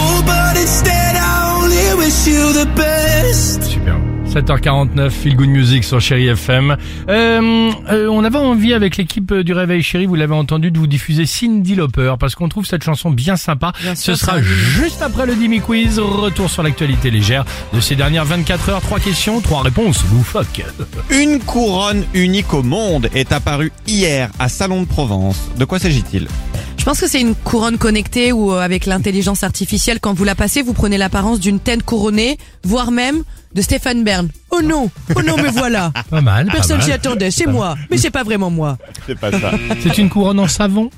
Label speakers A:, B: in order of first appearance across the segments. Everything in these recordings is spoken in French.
A: Oh, but instead I only wish you the best.
B: Super. 7h49, Feel Good Music sur Chéri FM. Euh, euh, on avait envie avec l'équipe euh, du Réveil Chéri, vous l'avez entendu, de vous diffuser Cindy Lauper parce qu'on trouve cette chanson bien sympa. Ce sera juste après le Dimi Quiz. Retour sur l'actualité légère de ces dernières 24 heures. Trois questions, trois réponses. Loufoque.
C: Une couronne unique au monde est apparue hier à Salon de Provence. De quoi s'agit-il
D: Je pense que c'est une couronne connectée ou euh, avec l'intelligence artificielle, quand vous la passez, vous prenez l'apparence d'une tête couronnée, voire même de Stéphane Bern. Oh non, oh non, me voilà.
C: Ah
B: Pas mal. pas
D: Personne
C: bah,
B: mal.
D: s'y attendait, c'est moi, mais c'est pas vraiment moi.
C: C'est pas ça.
B: C'est une couronne en savon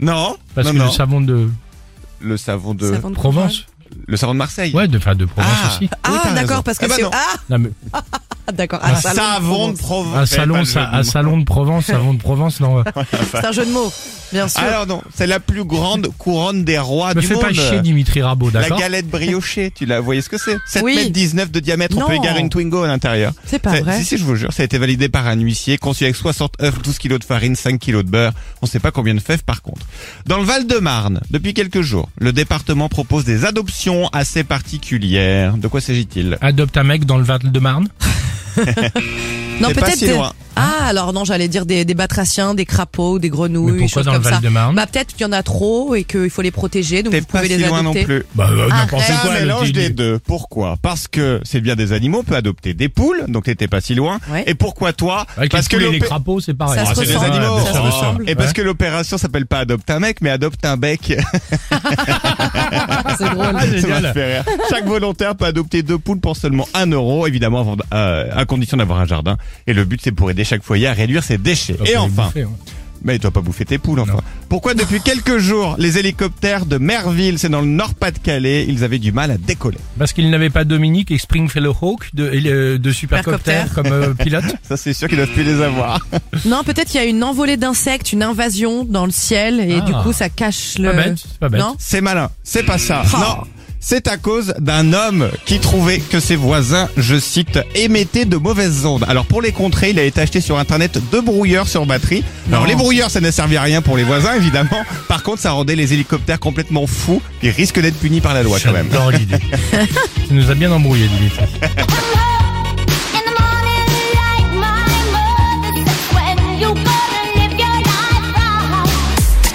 C: non,
B: parce
C: non,
B: que
C: non.
B: le savon de
C: Le savon de
D: Savon de
B: Provence.
C: le savon de Marseille.
B: Ouais, de enfin, de Provence
C: Ah.
B: aussi.
C: Oui,
D: Ah
C: t'as raison.
D: d'accord parce que
C: Eh ben
D: c'est
C: non.
D: ah
B: Non, mais
D: d'accord
C: Un
D: ah, salon de
C: savon de
D: Provence.
C: Provence.
B: un
C: Eh, pas
B: salon,
C: le
B: ça-
C: jeu de
B: un
C: mots.
B: salon de Provence, savon de Provence, non. euh,
D: c'est un jeu de mots bien sûr
C: Alors non, c'est la plus grande couronne des rois
B: Me
C: du
B: fais
C: monde.
B: pas chier Dimitri Rabot,
C: la
B: d'accord
C: galette briochée, tu la voyez ce que c'est 7
D: Oui.
C: mètres 19 de diamètre, on
D: Non.
C: peut égarer une Twingo à l'intérieur.
D: c'est pas
C: C'est-
D: vrai
C: Si, si, je vous jure, ça a été validé par un huissier, conçu avec 60 œufs, 12 kilos de farine, 5 kilos de beurre. On sait pas combien de fèves par contre. Dans le Val-de-Marne, depuis quelques jours, le département propose des adoptions assez particulières. De quoi s'agit-il
B: Adopte un mec dans le Val-de-Marne
D: non
C: c'est pas si
D: des-
C: loin.
D: ah alors non j'allais dire des, des batraciens des crapauds des grenouilles
B: Mais pourquoi
D: choses
B: dans le
D: comme ça.
B: Val-de-Marne
D: bah peut-être qu'il y en a trop et qu'il faut les protéger donc
C: T'es
D: vous
C: pas
D: pouvez
C: si
D: les
C: loin non
D: adopter
C: plus.
B: Bah euh, n'importe
C: C'est
B: quoi.
C: un
B: le-
C: mélange
B: du-
C: des
B: du-
C: deux. Pourquoi Parce que c'est bien des animaux, on peut adopter des poules, donc t'étais pas si loin.
D: Ouais.
C: Et pourquoi toi
B: Avec
C: Parce
B: les
C: que
B: poules et les
C: l'opé-
B: crapauds, Ah, c'est pareil.
D: Ça se
C: c'est des
D: ressemble,
C: animaux.
D: ça se ressemble.
C: Et parce que l'opération s'appelle pas adopte un mec, mais adopte un bec.
D: Ah, c'est drôle
B: Ah,
C: Ça m'a
B: génial.
C: fait rire. Chaque volontaire peut adopter deux poules pour seulement 1 euro, évidemment, avant- euh, à condition d'avoir un jardin. Et le but, c'est pour aider chaque foyer à réduire ses déchets. Et enfin, mais tu dois pas bouffer tes poules, enfin.
B: Non.
C: Pourquoi depuis quelques jours, les hélicoptères de Merville, c'est dans le Nord-Pas-de-Calais, ils avaient du mal à décoller.
B: Parce qu'il n'avait pas Dominique et Springfellow Hawk de, et le- de Supercopter
D: Supercopter.
B: comme euh, pilote.
C: Ça, c'est sûr qu'ils doivent plus les avoir.
D: Non, peut-être il y a une envolée d'insectes, une invasion dans le ciel et
B: Ah.
D: du coup ça cache le.
B: Pas bête, c'est pas bête.
D: Non,
C: C'est malin. C'est pas ça.
D: Ah.
C: Non. C'est à cause d'un homme qui trouvait que ses voisins, je cite, émettaient de mauvaises ondes. Alors pour les contrer, il a été acheté sur internet deux brouilleurs sur batterie. Alors les brouilleurs, ça ne servait à rien pour les voisins, évidemment. Par contre, ça rendait les hélicoptères complètement fous. Ils risquent d'être punis par la loi quand même.
B: J'adore l'idée. Tu nous as bien embrouillé, Dimitri.
E: In the morning light, my mother says, when you gonna live your life right?